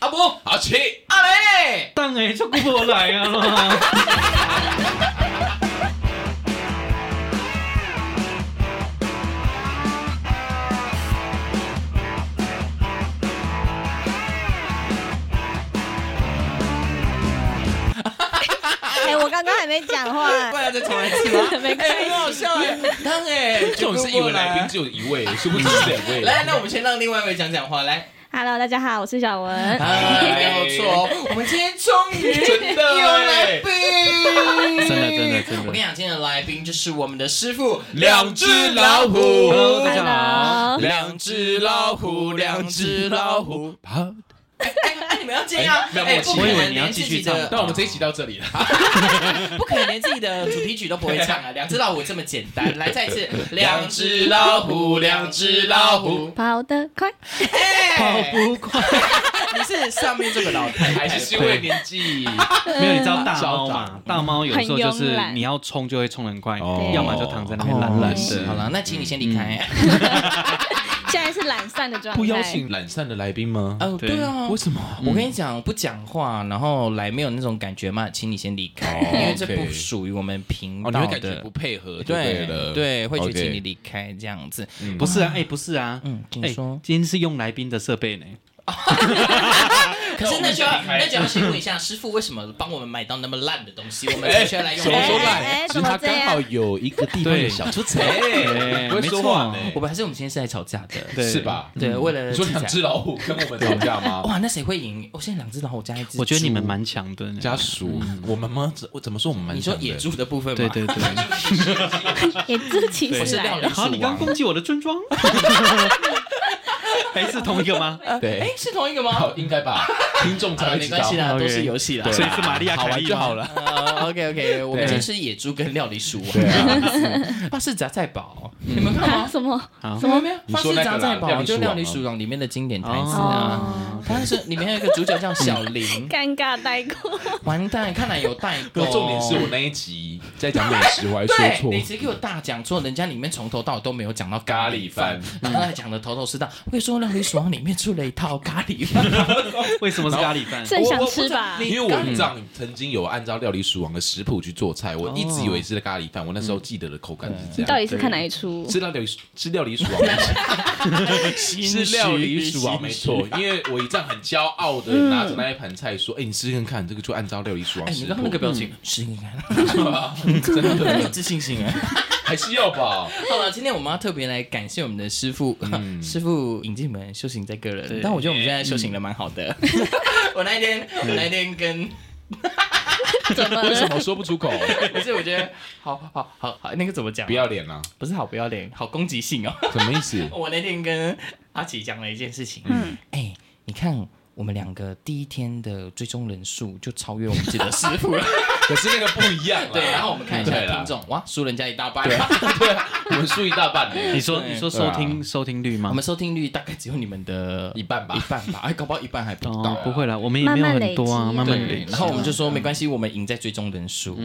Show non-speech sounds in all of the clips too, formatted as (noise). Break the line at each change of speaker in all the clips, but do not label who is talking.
阿伯、
阿七，
阿雷，
等下出古婆嚟啊嘛！
哎、 (laughs) 我刚刚还没讲话
不，然再重来一次吧。
(laughs) 没关
(laughs)
系
哎很好笑哎，当哎，
这种是以为来宾只有一
(laughs)
位，殊不知是两位。
来，那我们先让另外一位讲讲话，来，
Hello，大家好，我是小文。
哎，没有错哦，我们今天终于
真的
有来
哎
宾，
真的真的真的
我跟你讲，今天的来宾就是我们的师傅，
两只老虎
Hello，大家
哎
好
Hello，
两只老虎，两只老虎，好，
哎，哎你们要这样，
哎没
哎，
有
不
默
可
我以
契
能
为你要
连自
继
己
续
的哦
唱
那我们这一集到这里了。
不可能连自己的呃主题曲都不会唱啊！两只老虎这么简单，来再一次，两
两
只
只
老
老
虎，
虎
两
两
只
只
老
老
虎
虎，
跑得快，
好
哎，
不
(laughs)
快，
你是上面这个老哎太
还
太
是
吧，
因为年纪，
没有你知道大
稍
猫
长
嘛？大猫有时候就
很慵
是
懒
你要冲就会冲得很快
哦，
要么就躺在那边懒懒
是
的。
哦好了，，那请你先离开。
嗯
现在是懒散的状态。
不邀请懒散的来宾吗？
(laughs) 哦，对啊，
为什么？
我跟你讲，不讲话，然后来没有那种感觉嘛，请你先离开， (laughs) 因为这不
哦 OK
属于我们频
哦，你会
道
感觉
的
不。配合，
对
了，
对，会去请你
OK
离开这样子。
嗯
不是啊，哎，不是啊，
嗯请
哎
说
今天是用来宾的设备呢。
可是那就要那就要先问一下师傅，为什么帮我们买到那么烂的东
(laughs)
西，我们才需要来用
什么
哎
时候
它？
哎
烂？
哎
只是
怎么
他
这
刚
样
好有一个地方的小出彩，啊
对
不会说话呢
没
我们还是我们今天是来吵架的，
对
是吧？
对，为了
嗯你说
器材
两只老虎跟我们吵架吗？
哇，那谁会赢？我现在两只老虎加一只，
我觉得你们，蛮强的呢。
家属，我们吗？怎我怎么嗯说我们蛮
你
强
说
的？
野猪的部分吗？
对
(laughs)
对对。
也自起
我是
起
料
来
理
了。
好，你刚攻击我的村
(laughs)
庄，哎，是同一个吗？
哎
对，，
是同一个吗？
好，应该 (laughs) 吧？听
好
众才
了，
会
没
知
关
道
系。啦，
OK
都是游戏啦。
对啊
所以是玛利亚
好
凯
玩
莉
就
吗
好了。
OK OK，我哦 (laughs) 们
对
今天是野猪跟料理鼠王，嗯
对啊，
(laughs) 巴士杂菜堡，你们看
啊
吗？
(laughs) 什么？
好
什么没有？
你
巴士
说那个
杂
啦
菜堡就料
料
理
理
鼠
鼠
王里面的经典台词啊。
哦，
但是里面还有一个主角叫小 (laughs) 林，
尴尬代购。
完蛋，看来有代沟。
重点是我那一集在讲美食，我还说
对，
错
你只给我大讲错，人家里面从头到尾都没有讲到
咖
喱
喱饭，
然后他还讲的头头是道。我跟你说，《料理鼠王》里面出了一套咖喱 (laughs) 饭，
为什么是咖喱饭？
正
我我
想吃吧
不知道你
因为我一丈曾经有按照料理鼠王的食谱去做菜，我一直以为是咖喱饭，我那时候记得的口感是这
到
样。
底是看哪一出？
是料理是料理鼠
(laughs)
王没错，是料理鼠王没错，因为我一丈很骄傲的拿着那一盘菜说：“哎，你试试看，这个就按照料理鼠
嗯
王
哎，你
食
刚
谱。嗯
刚那个”表情， (laughs) 是应该
真
很有
的
自信心哎。
还是要吧？
(laughs) 好了，今天我们要特别来感谢我们的师傅，(laughs)
嗯
师傅引进门修行在个人，但我觉得我们现在修行的蛮好的。
嗯
(laughs) 我那一天，我那一天跟，
怎么
为什
了？
么说
(laughs)
不出口？
不是我觉得好好好好，那个怎么讲？
不要脸啊？
不是好不要脸，好攻击性哦。
什么意思？
(laughs) 我那天跟阿奇讲了一件事情，
嗯，
哎、你看我们两个第一天的追踪人数就超越我们自己的师傅
(laughs)
了。
可是那个不一样啦。啊
对，然后我们看一下
对啦
听众，哇，输人家一大半。
(laughs) 对啊，我们输一
(laughs)
大半呢
你说你说收听收听率吗？
我们收听率大概只有你们的
一半吧
一半吧，哎，搞不好一半还不到
哦
啊。，
不会啦，我们也没有很多啊，
慢
慢
慢
慢
累积
累
对，
积。
然后我们就
啊嗯
说没关系，我们赢在追踪人数。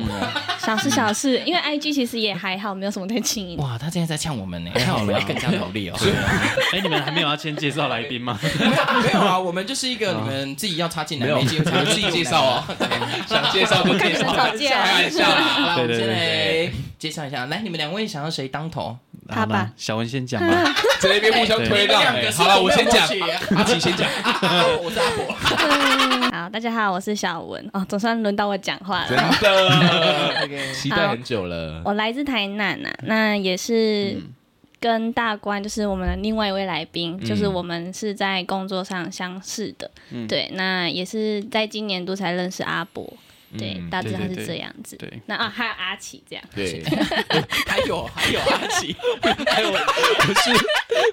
小事小事，因为 IG 其实也还好，没有什么太轻盈。
(laughs) 哇，他现在在呛我
(laughs)
们呢，看我们要更加努力哦。
哎，你们还没有要先介绍来宾
(laughs)
(laughs)
吗？
没有啊，
(laughs)
我们就是一个你们自己要插进来，
没有
没进
我们 (laughs) 自己介绍
(laughs)
哦。想介绍就介绍，
不可能吵架
开玩笑啦。
好了，我们
对对
先
对
来介绍一下，来，你们两位想要谁当头？
好
好吧
啦，小文先讲吧。
在那边互相推让、哎好了，我先讲，
(laughs)
阿奇先 (laughs) 讲，
啊我是阿婆。
好，大家好，我是小文。哦，总算轮到我讲话了。
的，期待很久了。
我来自台南呐、啊，那也是跟大关，就是我们的另外一位来宾，就是我们是在工作上相识的，对，那也是在今年度才认识阿伯，对，
嗯
大致上
对
是
对对
这样子。
对
那啊，还有阿奇这样，
(laughs) 对，
还有还有阿 (laughs) 奇，
还有不是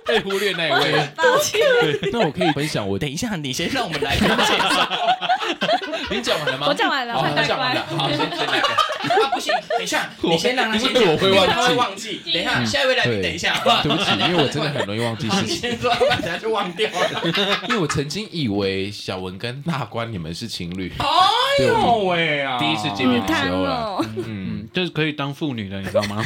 被忽略那一位。
抱歉，
那我可以分享我，
等一下，你先让我们来宾介
(laughs)
绍。
你讲完了吗？
我讲完了，
好
换
你
大
讲完
关
了，。好，先先来。
啊，不行，等一下，你先让他先讲，
因为我 (laughs) 会
因为
忘记
他会忘记。等一下，下一位来宾，
对
等一下，好不好
(laughs) 对不起，因为我真的很容易忘记
好，
事
你
情。
先说，不然等一下就忘掉了。
因为我曾经以为小文跟大关你们是情侣，
哎
对我们
有哎啊
第一次见
嗯，
面的
汤
时候啦，
哦，
嗯，
嗯，就是可以当妇女的，你知道
(laughs)
吗？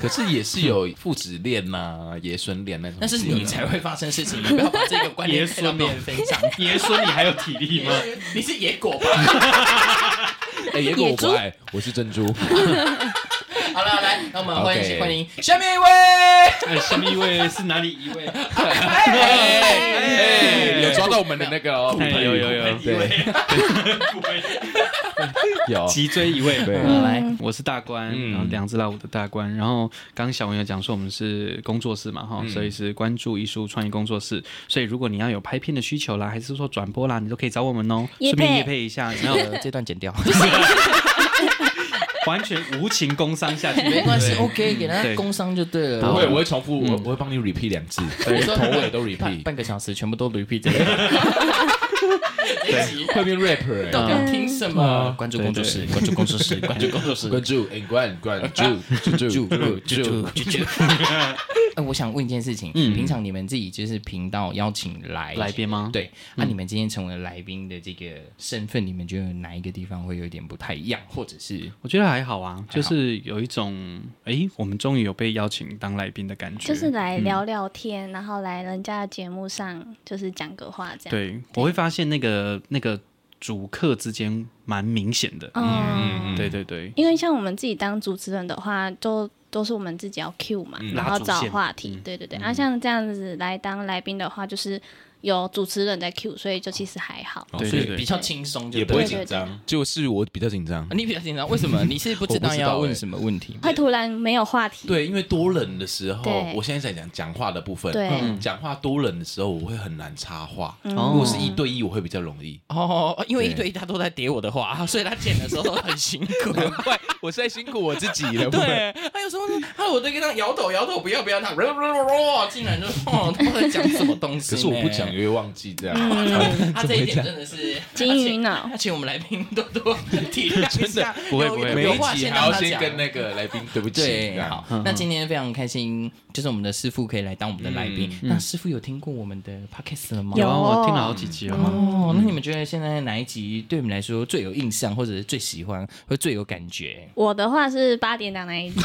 可是也是有父子恋呐、爷孙恋那种，
那是你才会发生事情，你不要把这个观念带到别人身上。
爷孙，你还有体力吗？
你是野狗吧？
哎，野狗我不爱，我是珍 (laughs) 珠。
好了，来，那我们欢迎
OK
欢迎下面一位。
哎，下面一位是哪里一位？
哎，有抓到我们的那个哦，
哎有有有
对，有
脊椎一位。
对
好来，我是大关，
嗯
然后两只老虎的大关。然后刚刚小文有讲说我们是工作室嘛，哈，所以是关注艺术创意工作室。所以如果你要有拍片的需求啦，还是说转播啦，你都可以找我们哦。
业
顺便
配
也配一下，然后
这段剪掉，
完全无情工伤下去，
没关系
对
，OK，给他
对
工伤就对了。
不会，我会重复，我
嗯
我会帮你 repeat 两次，
我
对，
说
头尾都
半 (laughs)
repeat，
半个小时全部都 repeat 这个。这一集
会变 rapper
到
哎。
底听什么
嗯？
关注工作室，关注工作室，关注工作室，
关注，哎，关
(laughs)
关注，
住
注注
住 (laughs)
注
住
注
住。住。哎，我想问一件事情，平常你们自己就是频道邀请来
来宾吗？，
对，那、你们今天成为来宾的这个身份，你们觉得哪一个地方会有点不太一样，或者是
我觉得还好啊，就是有一种哎，我们终于有被邀请当来宾的感觉。
就是来聊聊天，然后来人家的节目上就是讲个话这样。
对，我会发现那个那个主客之间蛮明显的。
嗯，
嗯
对对对，
因为像我们自己当主持人的话，都都是我们自己要 Q 嘛，
嗯
然
拉
后
主
找
线
话题。对对对，啊，像这样子来当来宾的话，就是有主持人在 Q，所以就其实还好。
哦
对
所
对
以比
对，
较轻松就
也不
对
会
了，啊
紧张，就是我比较紧张。
你比较紧张，为什么？你是不知
我不
道
知道
要问
欸
什么问题吗？
会突然没有话题，
对，因为多人的时候，
对
我现在在讲讲话的部分，
对
嗯讲话多人的时候，我会很难插话。
嗯
嗯
哦
如果是一对一，我会比较容
(laughs)
易。
哦，因为一
对
对一他都在叠我的话，所以他剪的时候都很辛 (laughs) 苦。
怪我是在辛苦我自己
(laughs)
了。
对，他有时候呢，他我都跟他摇头摇头，不要不要，他 (laughs) 竟然就哦，他在讲什么东西
可
呢？
是我不讲，也会忘记这样。
嗯
他，他这一点真的是
金鱼脑
他请我们来宾多多体 (laughs) 谅一下，
不会不会
有
每
有
一
话
集
先
还
让
要
他
先
讲。
跟那个来宾对不起。这
对，
样
好，那今天非常开心，就是我们的师傅可以来当我们的来宾。那师傅有听过我们的 podcast 了吗？
有啊
啊我听了好几集了。
哦，那你们觉得现在哪一集对你们来说最有印象，或者是最喜欢，或最有感觉？
我的话是八点档那一集，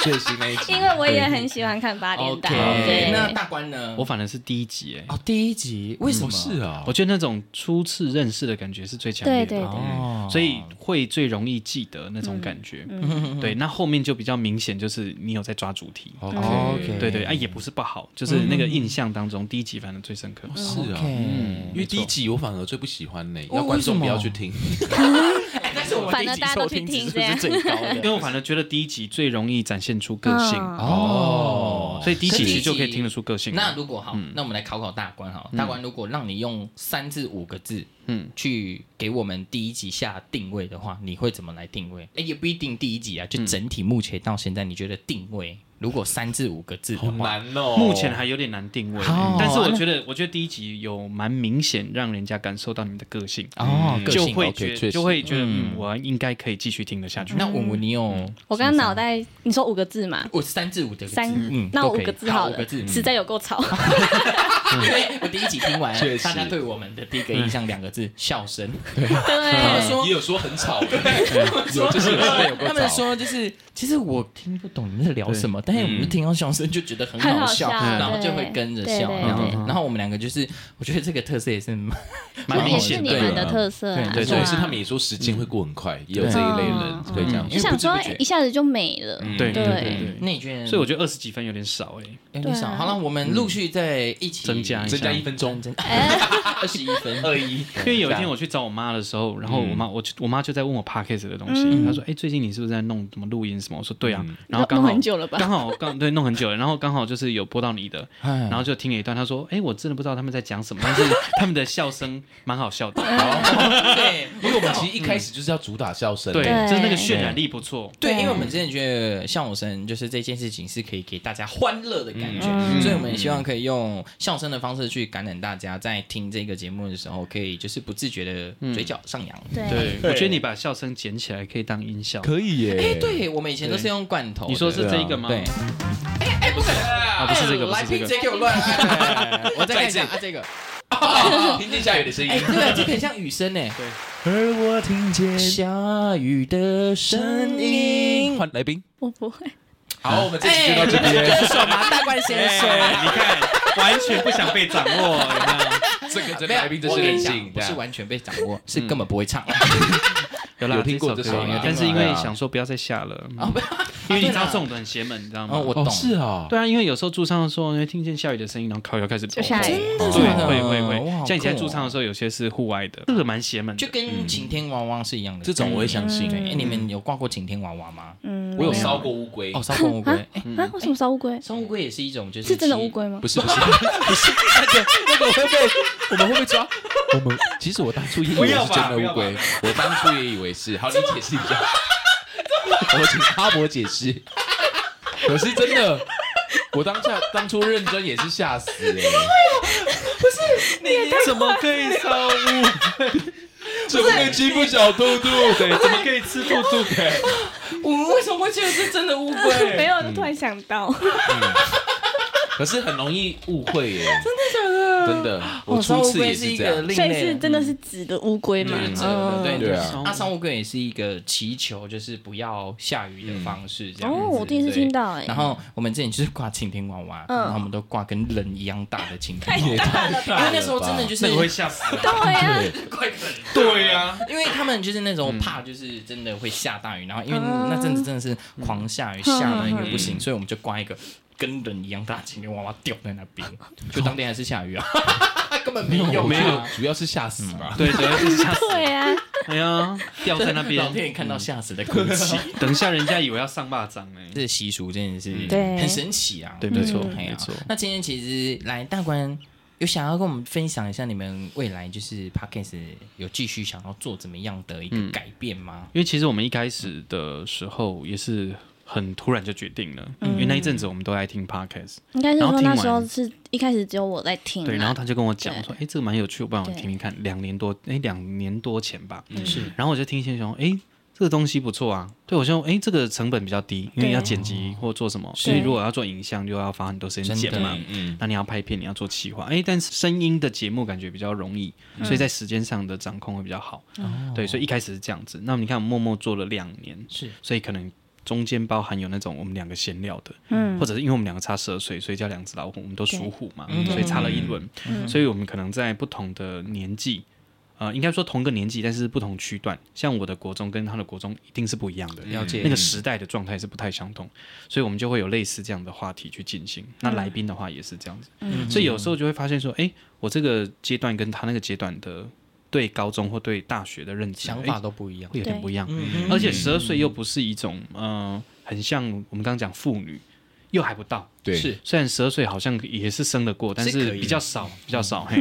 最新那一集，
因为我也很喜欢看八点档。
OK，
对，
那大关呢？
我反而是第一集哎，
嗯哦，第一集为什么？
不是啊
我，觉得那种初次认识的感觉是最强烈的，
对对对
哦嗯
所以会最容易记得那种感觉。
嗯
对，那后面就比较明显，就是你有在抓主题。
哦嗯 OK
对对啊，也不是不好，就是那个印象当中，第一集反正最深刻。
是啊，
嗯，
因为第一集我反而最不喜欢呢，
哦
要观众不要去听。
但是我们
反而大家都去
第一集
听
收
这
听
样
指数是最高
因为
的。
我反而觉得第一集最容易展现出个性，
嗯
哦
所以第一集
可
其
是
实就可以听得出个性了。
那如果好，
嗯
那我们来考考大关好了，大关如果让你用三至五个字，嗯
嗯，
去给我们第一集下定位的话，你会怎么来定位？哎，也不一定第一集啊，就整体目前到现在，你觉得定位如果三至五个字的
好
话，
(laughs) 难哦，
目前还有点难定位，
哦
但是我觉得，我觉得第一集有蛮明显让人家感受到你们的个性，
哦，个
就
性
会
OK，
觉
确实
就会觉得，嗯，我应该可以继续听得下去。
那文
嗯
文你
嗯
有
我刚刚脑袋你说五个字嘛，
我三至五的
三，
嗯，
那
都
我
可
五
以
个字
好
好
五个
了
字，，嗯
实在有够吵。
(laughs) 因为我第一集听
(laughs)
完
确，实
大家对我们的第一个印象两个字笑声，他们
对，
说
嗯也有说
(laughs)
很吵的，
说 (laughs)
有就是有说有够
他们
吵。
说就是，其实我听不懂你们在聊什么，但是我们就听到笑声就觉得很
嗯很
好
好
笑，
笑
然后
对
就会跟着笑。
对
然后
对
对
然后我们两个就是，我觉得这个特色也是蛮
蛮明
也
显
是你
的
们的特色啊，
对对
重
对
点
吧
是他们也说时间会过很快，也有这一类人
嗯
对这样，
就想说哎一下子就没了。
对
对
对对，
内卷，
所以我觉得二十几分有点少哎，
有点少。
对啊
好了，我们陆续再一起
增加一下
增加一分钟，
增
哎，
(laughs) 二十一分，
(laughs)
二一，
因为有一天我去找我妈的时候，然后我妈我就我妈就在问我 podcast 的东西，她说：“哎，最近你是不是在弄什么录音什么？”我说：“对啊。”然后刚好
弄很久了吧
刚好刚对弄很久了，然后刚好就是有播到你的，
然
然后就听了一段，她说：“哎，我真的不知道他们在讲什么，但是他们的笑声蛮好笑的。”
对，
因为我们其实一开始就是要主打笑声，
对，
对
就是那个渲染力不错。
对，因为
对
我们真的觉得笑声就是这件事情是可以给大家欢乐的感觉，
嗯
所以我们也希望可以用笑声的方式去感染大家，在听这个节目的时候，可以就是不自觉的嘴角上扬。
对，
对，我觉得你把笑声捡起来可以当音效。
可以
哎、
耶，
对我们以前都是用罐头的，
你说是这一个吗？
对。哎哎，不是，啊
不是这个
来
不是这
(laughs) 宾
个
直接给我乱按，我再看一下啊，这个。
(laughs) 听见下雨的声音
哎，，对啊，这个很像雨声呢。
对。
而我听见下雨的声音。
换来宾。
我不会，
好，我们
哎
哎这期就到这边。
歌手嘛，大冠先生。
哎你看，完全不想被掌握，有没有？
这个这
没
个
有
来宾真
我
是
跟
任
你
性
讲，，不是完全被掌握，是根本不会 (laughs) 唱。
有啦，
有听过
这
这
首
首
歌
歌
啦
啦，
但是因
对
为
啊
想说不要再下了，
啊
嗯
不要
因为你知道
啊对啦
这种都很邪门，你知道吗
哦，？我
哦
懂。
是哦，
对啊，因为有时候驻唱的时候，你会听见下雨的声音，然后靠又开始
就下雨
哦
真
对，
的假的
会会
哇好酷
会。
哦
像以前驻唱的时候，有些是户外的，这个蛮邪门的
就。跟晴天娃娃是一样的。
这种我也相信。
哎，你们有挂过晴天娃娃吗？
嗯，
我有
没
烧过乌龟
哦，，烧过乌龟。
啊
哎，
啊？为什么烧乌龟？
烧乌龟也是一种，就是
是真的
其
乌。龟吗？
不是不是不是，那个那个会被我们会被抓。我们其实我当初也以为是真的乌龟，我当初也以为是。好，你解释一下。我请哈勃解释。可是真的，我当下当初认真也是吓死哎，
怎么可以烧乌？
怎么可以欺负小兔兔？
对，怎么可以吃兔兔？
我为什么会觉得是真的乌
没
龟？
有，突然想到，
可是很容易误会耶，真的假的？真的，我
哦烧
初
乌
次
龟
也
是
是
一
这
个
样。
另
所以
类
是真的是纸的乌龟吗？
就是
哦
对
对啊
那上乌龟也是一个祈求，就是不要下雨的方式，这样子。
哦，我第一次
对
听。到哎
然，后我们之前就是挂晴天娃娃，
嗯
然后我们都挂跟人一样大的晴天娃
也
娃，
太大了
因为那时候真的就是
那个会吓死人。
对啊，
(laughs)
快可能
对呀，
因为他们就是那时候
嗯
怕，就是真的会下大雨，然后因为
嗯
那阵子真的是狂
嗯
下雨，下到一个不行，所以我们就挂一个跟人一样大的晴天娃娃吊在那边，
哦
就当天还是下雨啊，根
(laughs)
本没用啊，
没有
主要是吓死吧。
对，主要是吓死。
对啊，
哎呀，掉在那
(laughs) 老天
边，嗯
爷看到吓死的哭泣。
(laughs) 等一下人家以为要上巴掌哎呢。
这习俗真的是
对
很神奇啊！
嗯对
我觉得
没
错
哎呀
没错
那今天其实来大官有想要跟我们分享一下你们未来就是 podcast 有继续想要做怎么样的一
嗯
个改变吗？
因为其实我们一开始的时候也是很突然就决定了，因为那一阵子我们都爱听 podcast，
(laughs) 应该是
然后
说
听
那
完
时候是一开始只有我在听啊，
对，然后他就跟我讲
对
说，哎，这个蛮有趣，我帮我
对
听听看。两年多，哎，两年多前吧，
嗯是
然后我就听一些说，哎。这个东西不错啊，对我想，哎，这个成本比较低，因为
对
要剪辑或做什么，
是
所以如果要做影像，就要花很多时间
哦真的
剪嘛。
嗯，
那你要拍片，你要做企划，哎，但是声音的节目感觉比较容易，
嗯
所以在时间上的掌控会比较好。对，所以一开始是这样子。那你看，我默默做了两年，
是，
所以可能中间包含有那种我们两个闲聊的，
嗯
或者是因为我们两个差十二岁，所以叫两只老虎，我们都属虎嘛，所以差了一轮，
嗯
所以我们可能在不同的年纪。呃，应该说同个年纪，但是不同区段。像我的国中跟他的国中一定是不一样的，
嗯了解
那个时代的状态是不太相同，所以我们就会有类似这样的话题去进行。
嗯
那来宾的话也是这样子，所以有时候就会发现说，哎、我这个阶段跟他那个阶段的对高中或对大学的认知
想法
诶
都不一样。
会有点
对
不一样。
嗯
而且十二岁又不是一种，呃，很像我们刚刚讲妇女，又还不到。
对，
是
虽然十二岁好像也是生得过，但
是
是
可以嗯
比较少，比较少，嘿，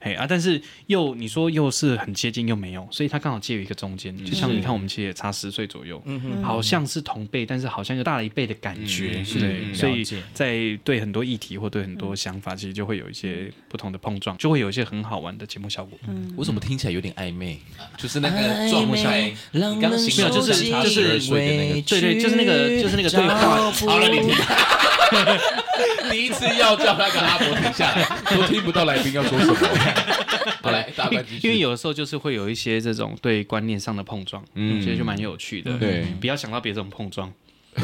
嘿啊，但是又你说又是很接近又没有，所以他刚好介于一个中间，就像你看我们其实也差十岁左右，好像是同辈，但是好像又大了一辈的感觉，
嗯是
对，
嗯嗯
所
了
以
解
在对很多议题或对很多想法，其实就会有一些不同的碰撞，就会有一些很好玩的节目效果。
我怎么听起来有点暧昧？就是
哎
那个状态，嗯你
让
刚刚
人
形容
受
就是
尽
差十二岁的那
委
个，
屈
对对就是那个就是那个对话
找不
好了你听 (laughs) 第一次要叫那个阿伯停下来，都听不到来宾要说什么。 (laughs) 好来，大
因
冠
为
继续
因为有的时候就是会有一些这种对观念上的碰撞，
嗯
嗯，其实就蛮有趣的。嗯
对
不要想到别这种碰撞，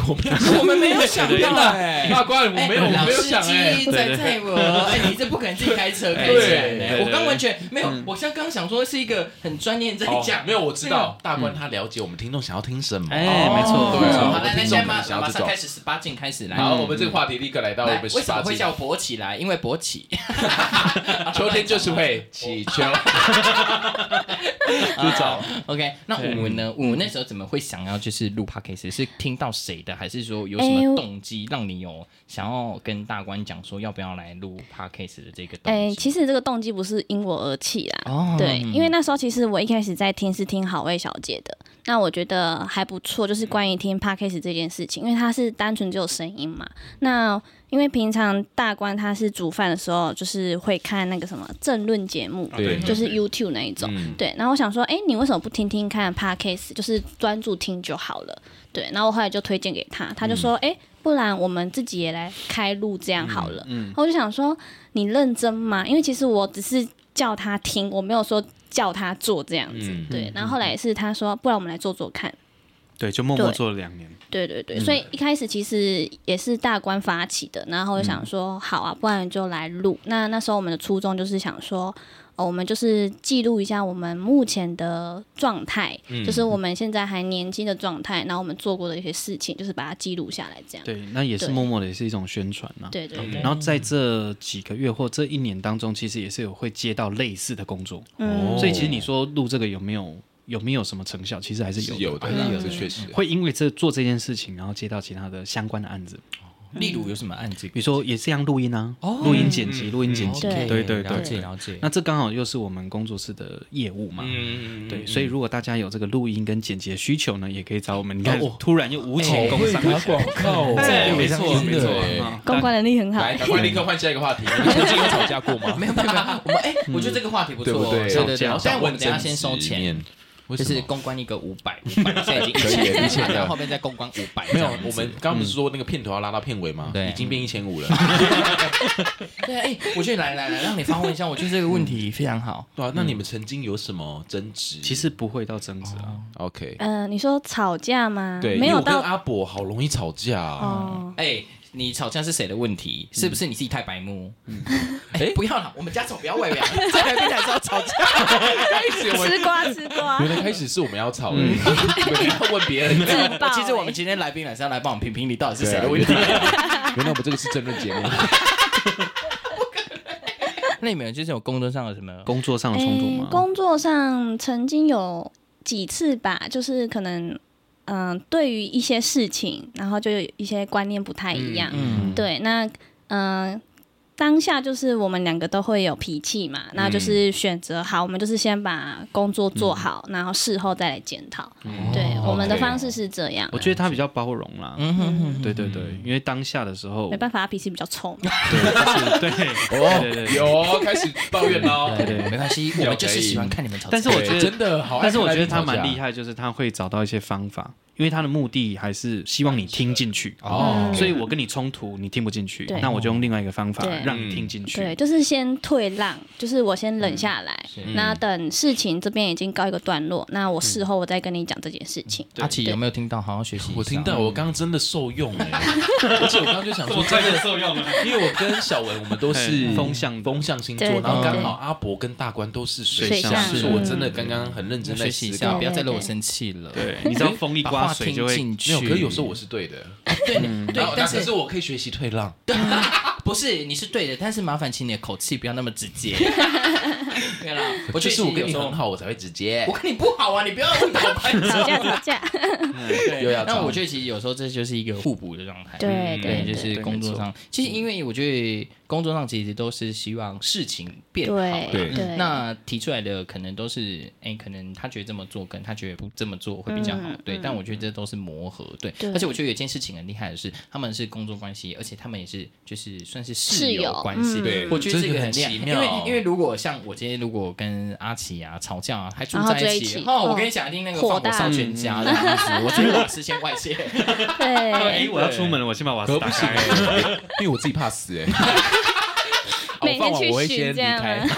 (laughs) 我们没有想
(laughs)
到哎。
大官，我 (laughs) 没有，我
老
没有
司
想哎
机，载载我，哎，你这不可能自己开
(laughs)
车开起来
对
的。
对
我刚完全没有，我像刚想说是一个很专业在
哦
讲哦
没，有，我知道大官他了解我们听众想要听什么。
哎没错
哦对
好，
啊，我
来
们
来，
听
现
众
在
可
马
能想
马
要这
上
种
开。始十八禁开始来。
好，我们这个话题立刻来到我
来，
们
为
十
什
八
么会
禁，
叫勃起来？因为勃起，
秋天就是会起秋。
就找 OK。那我们呢？我们那时候怎么会想要就是录 podcast？是听到谁的，还是说有什
哎
么
我
动机让你有想要跟大官讲说要不要来录 podcast 的这个
哎
动，机？
其实这个动机不是因我而起啦，
嗯
哦
对，因为那时候其实我一开始在听是听好味小姐的，那我觉得还不错，就是关于听 podcast 这件事情，因为它是单纯只有声音嘛。那因为平常大关他是煮饭的时候，就是会看那个什么政论节目，
啊对嗯
就是 YouTube 那一种。对，然后我想说，哎、你为什么不听听看 podcast？就是专注听就好了。对，然后我后来就推荐给他，
嗯
他就说，哎、不然我们自
嗯
己也来开录这样好了。然后我就想说，你认真吗？因为其实我只是叫他听，我没有说叫他做这样子。
嗯
对，然后后来是他说，不然我们来做做看。
对，就默默
对
做了两年。
对对对，所以
嗯
一开始其实也是大官发起的，然后我就
嗯
想说，好啊，不然就来录。那那时候我们的初衷就是想说，哦，我们就是记录一下我们目前的状态，
嗯
就是我们现在还年轻的状态，然后我们做过的一些事情，就是把它记录下来，这样。
对，那也是
对
默默的，也是一种宣传呐、
啊
对对对
然后在这几个月或这一年当中，其实也是有会接到类似的工作，
哦
嗯
所以其实你说录这个有没有有没有什么成效，其实还是有
是
的
有的嗯
还是
啦，
有
这
的。
确实。
会因为这做这件事情，然后接到其他的相关的案子，
例如有什么案子？
比如说也是一样录音啊，
哦
录音剪
嗯
辑，录音剪辑，
OK，
对对
了解
对。
了解。
那这刚好又是我们工作室的业务嘛，
嗯
对，所以如果大家有这个录音跟剪辑的需求呢，也可以找我们。你看
哦，
突然又无情工伤，
广告
(laughs) 哎没错
真的
没错
哎
嗯
哎
公关能力很好，
来，赶快立刻换下一个 (laughs) 话题。 (laughs) 你们曾经有吵架过
(laughs)
(laughs)
吗？
没有没有，没有我们哎，我觉得这个话题不错
嗯对不
哦，
对
对对
吵
对
架。
但我
问
们等一下先收钱，，
为
就
什
是
么？
公关一个五百，五百现在已经一
可以了
千，
一千了
然后后面再公关五百。
(laughs) 没
这
有
样，子
我们刚刚不是说那个片头要拉到片尾吗？
对
已经变一千五了。
(laughs) 对啊，哎，我觉得来来来，让你发问一下，我觉得这个问题非常好。
对啊，那你们曾经有什么争执？
其实不会到争执
哦
啊。
OK，
嗯、你说吵架吗？
对，
没
因为
有
我跟
到
阿伯好容易吵架啊。
哦，
哎，你吵架是谁的问题？是不是你自己太白目？ (laughs) 哎，不要了，我们家丑不要外 (laughs) 扬，在台边才是要吵 (laughs) 架。开
(laughs)
始我
吃瓜吃瓜
原，来开始是我们要 (laughs) 吵的，你们要问别人。
自爆、
其实我们
欸
今天来宾来是要来帮我们评评理，到底是谁的问题？
原来我们这个是争论节目。
(laughs) 那你们就是有工作上有什么？
工作上的冲突吗？
欸工作上曾经有几次吧，就是可能，嗯、对于一些事情，然后就有一些观念不太一样。
嗯，
对，那嗯、呃当下就是我们两个都会有脾气嘛，那就是选择好，我们就是先把工作做好，然后事后再来检讨。对，我们的
OK
方式是这样啊。
我觉得他比较包容啦。
嗯哼哼，
对对对，因为当下的时候
没，办法，他脾气比较冲。
对，就是对对对
哦，
对。
有开始抱怨喽。
对对，没关系， (laughs) 我们就是喜欢看你们吵架。
但是我觉得，
对真的好爱
但是我
看
觉得
他
他
们吵架
蛮厉害，就是他会找到一些方法，因为他的目的还是希望你听进去。
哦，
所以我跟你冲突，你听不进去
对，
那我就用另外一个方法
对
让你听进去。
对，就是先退让，就是我先冷下来，
嗯
那等事情这边已经告一个段落，那我事后我再跟你讲这件事
嗯
情。
阿奇有没有听到？好好学习。
我听到，我刚刚真的受用 (laughs) 哎，而嗯且我刚刚就想说，真的
受用了。
(laughs) 因为我跟小文，我们都是嗯
嘿风向
风向星座，
对对
然后刚
对
好阿伯跟大关都是
水
象，
象
是
嗯
我真的刚刚很认真在
学习一
思
下，
考
不。要再惹我生气了。
对，你知道风一
把
刮，
话
水
听
就会。
进
没
去。
有，可是有时候我是对的， (laughs)
对
然
对
后，
哎但
可是
是
我可以学习退让，
不是你是对的，但是麻烦请你的口气不要那么直
(laughs)
接。对啦，我
就
确
是
实
我跟
有
你
时候
很，好，我才会直接
我。跟你不好啊，你不要误导观 (laughs) 众
吵架吵架，
(laughs) 又要
对，
吵
那我觉得其实有时候这就是一个互补的状态。
嗯
对
对，
对
就
对
是工作上，其实因为我觉得工作上其实都是希望事情变好啦。
对
对对，
那提出来的可能都是，哎，可能他觉得这么做跟他觉得不这么做会比较好，
嗯
对。
嗯
但我觉得这都是磨合，对。
对
而且我觉得有一件事情很厉害的是，他们是工作关系，而且他们也是就是算是室
室友
友关系，
嗯
对
我觉得这个很厉害，
这个很奇
因
妙
为因为如果像我今天如果跟阿奇啊吵架啊，还住
然后
在
在
一
一
起
起，
哦，我
嗯
跟你讲，一定那个
火
放火
大
烧全家
嗯
的样子，
(laughs)
我觉得我是先外泄。 (laughs)
对，
哎，我要出门了，我先把瓦斯
(laughs) 可
打
不行欸
开。，
(laughs)
因为我自己怕死哎。
每
我
天
放完
去
我会
巡
先
这
离
样
开
啊。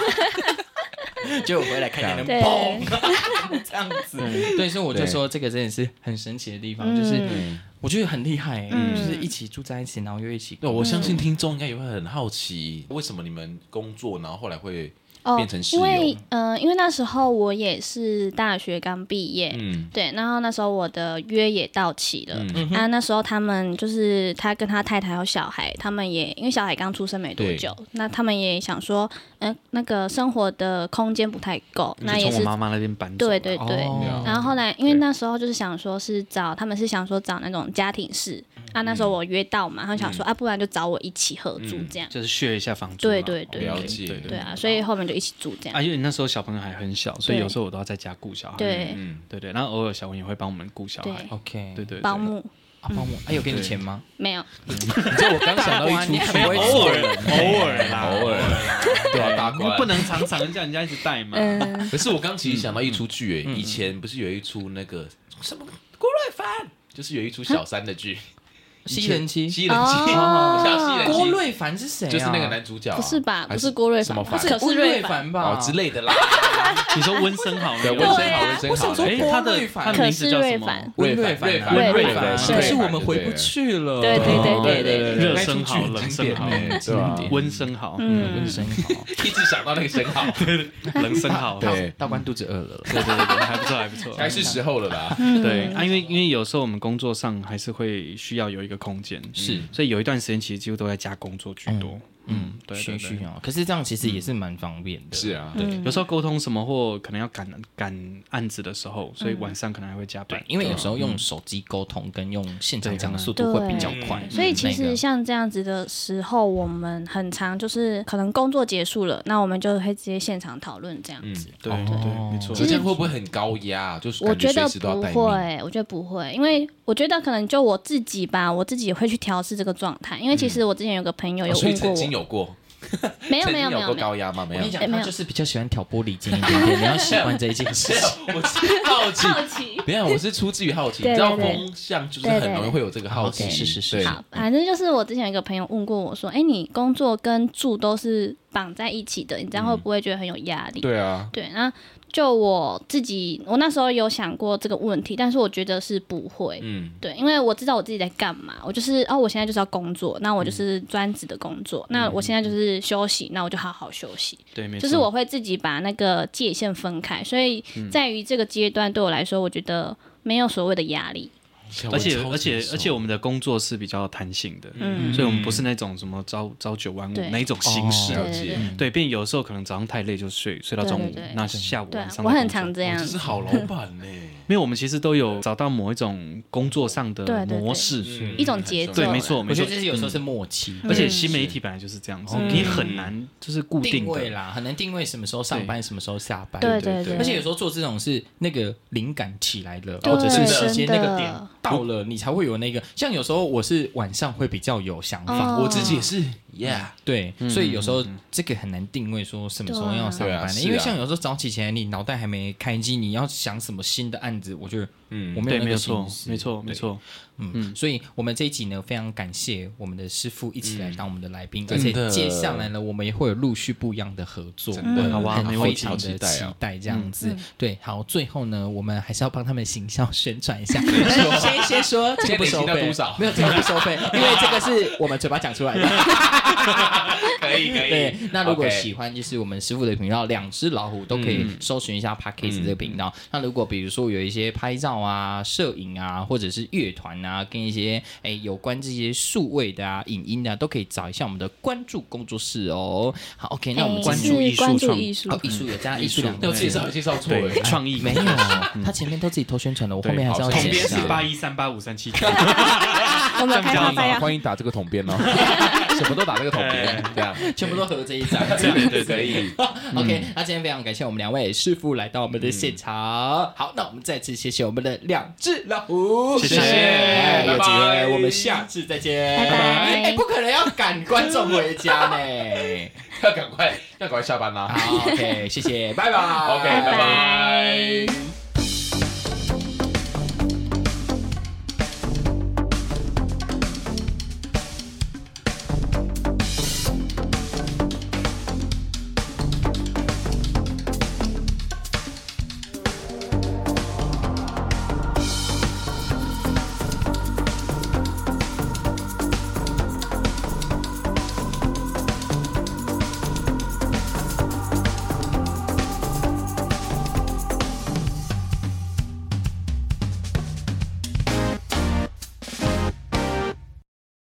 就我回来看见
对
人砰， (laughs) 这样子。
嗯
对，所以我就说这个真的是很神奇的地方，就是
嗯
我觉得很厉害欸，
嗯
就是一起住在一起，然后又一起。
(laughs) 对，我
嗯
相信听众应该也会很好奇，为什么你们工作，然后后来会变成室
哦因
友？
为嗯、呃因为那时候我也是大学刚毕
哎
业，
嗯
对，然后那时候我的约也到期了。
嗯，
啊，那时候他们就是他跟他太太还有小孩，他们也因为小孩刚出生没多
对
久，那他们也想说，嗯、那个生活的空间不太够，那
就
也
从我
是
妈妈那边搬走。
对对对。
哦
然后后来，因为那时候就是想说是找他们是想说找那种家庭式啊，那时候我约到嘛，他们想说啊，不然就找我一起合租这样，
就是削一下房租嘛。
对对对
了
对
解，
对啊，所以后面就一起住这
啊，
样，
因为那时候小朋友还很小，所以
对
有时候我都要在家顾小孩。
对
嗯，
对对，然后偶尔小文也会帮我们顾小孩
对。
OK，
对对，对
保姆
啊帮我，哎，有给你钱吗？
没有，
你知道我刚想到一
哇，
出
你
(laughs)
很会
偶
做
尔
人。
(laughs) 偶尔
哎
啦，
偶尔， (laughs) 对啊，大关
不能常常叫人家一直带嘛。
嗯，
可是我刚其实想到
嗯
一出剧，哎，以
(laughs)
前不是有一出那个什么《郭瑞凡》，就是有一出小三的剧，
西人妻，
西人妻，
哦
像西人
郭
妻，
瑞凡是谁啊？
就是那个男主角啊，
不是吧？
还
不是郭瑞
什
凡
么
吧，
凡？
可
吴
是
瑞
瑞
凡吧
哦之类的啦，
啊
你说温森好那
对，
个，
对
温森
啊
好，温森
我想
好
说，
哎，
郭
他的
瑞凡
他的名字叫什么？
可是瑞
温瑞
凡
温 (laughs) 瑞
凡
凡
啊，
啊
温瑞
对
凡啊，
对
可是我们回不去了。哦
对对对对对对
热生蚝，冷生蚝，
那一出剧很经典欸对啊
温生蚝，
嗯
温，生豪，
一直想到那个
(laughs)
生蚝，
冷生蚝，
对
大官肚子饿了。嗯
对对对，对还不错还不错，
该是时候了吧？
嗯
对啊，因为因为有时候我们工作上还是会需要有一个空间，
是
所以有一段时间其实几乎都在家工作居多，嗯，对对
学
对
需。要，可是这样其实也 (laughs) 是蛮方便的。
是，啊，
对，有时候沟通什么或可能要赶赶案子的时候，
嗯
所以晚上可能还会加班
对，。因啊嗯为有时候用手机沟通跟用现场讲的速度会比较快，
嗯
嗯
所以其
那
实
个
像这样子的时候，我们很常就是可能工作结束了，那我们就会直接现场讨论这样
嗯
子。
对对
哦
对，没错。
嗯这样会不会很高压？啊就是
我
感
觉得
随时都要
不
待命。
会，我觉得不会，因为我觉得可能就我自己吧，我自己会去调试这个状态。因为其实我之前有个朋友有
嗯哦所以
问过
曾
我，
经有过，
没有
曾
没
经
有没有哎没
过
有，
高压吗？没
我
有
跟你。讲，他就是比较喜欢挑拨离间一点点，你要习惯这一件事 (laughs)
没。有，我是 (laughs) 好奇，
好奇。
没有，我是出自于好
(laughs)
奇。
对
你知道
对对
风向就是很容易会有这个好奇，
对对对是是是
对
好，反正就是我之前有一个朋友问过我说：“哎、你工作跟住都是绑在一起的，你这样会不会觉得很有压力？”
嗯对啊，
对，那就我自己，我那时候有想过这个问题，但是我觉得是不会。
嗯，
对，因为我知道我自己在干嘛，我就是哦，我现在就是要工作，那我就是专职的工作，那我现在就是休息，那我就好好休息。
对，没错。
就是我会自己把那个界限分开，所以在于这个阶段对我来说，我觉得没有所谓的压力。
而且而且而且我们的工作是比较弹性的，
嗯
所以我们不是那种什么朝朝九晚五
对
那一种形式。
哦
了
对对
解
对，
对，便有时候可能早上太累就睡，睡到中午
对对对，
那下午
对啊
晚上再工作。
我很常这
哦
样
这
子
是。好老板呢，
没有，我们其实都有找到某一种工作上的
对对
模式。
嗯
一种嗯节奏啊
对，没错，
我
没
觉
错嗯
得。这是有时候嗯是默契，
而且新媒体本来就是这样子，你很难就是固
定
定
位
的。
啦，很难定位什么时候上班，什么时候下班。
对
对
对，
而且有时候做这种是那个灵感起来了，
对
或者是时
真
间
的
那个点到了，你才会有那个。像有时候我是晚上会比较有想法，
哦
我自己也是，Yeah，
对，
嗯
所以有时候这个很难定位说什么时候要上
对啊
班
是
的，
啊
因为像有时候早起前你脑袋还没开机，你要想什么新的案子，我觉得
嗯
我没有
对，
那
没
个
有错
心，思
没错，没。错。
对嗯，所以我们这一集呢，非常感谢我们的师傅一起来当我们的来宾，而且
嗯真的
接下来呢，我们也会有陆续不一样的合作，
真的
我们
好啊
很
没问
非
题
常
好
的
期待
期
哦
待这样子。对，好，最后呢，我们还是要帮他们行销宣传一
(laughs)
下，但是先先说这个不收
现在累
费
积到多少
没有这个不收费，因为这个是我们嘴巴讲出来的。
可以可
对，那如果
OK
喜欢就是我们师傅的频道，两只老虎都可以搜寻一
嗯
下 Parkes 这个频道。那如果比如说有一些拍照啊、摄影啊，或者是乐团啊，跟一些哎有关这些数位的啊、影音的、啊，都可以找一下我们的关注工作室哦。好，OK，那我们
哎
关
注
是
艺术
关注
创
艺术
哦，艺术有加艺术两
那
个
我介
字。哎
绍介绍错了
对，，创意
没有，他前面都自己偷宣传了，我后面还是要
嗯对好
介
同
绍
编。
(laughs)
是
一三八五三七九。
我们有开啊发
这样
发呀，
欢迎打这个统编哦，什么都打这个统编， (laughs) 对啊，
全部都合这一张，这样
(laughs) 对对可 (laughs) 以，
OK，那今天非常感谢我们两位师傅来到我们的现场。好，那我们再次谢谢我们的两只老虎，
谢谢
哎有机
拜拜
会我们下次再见，
拜拜
哎，不可能要赶观众回家呢。
要赶快要赶快下班啦
好，OK，谢谢，拜拜
，OK，
拜
拜
拜
拜。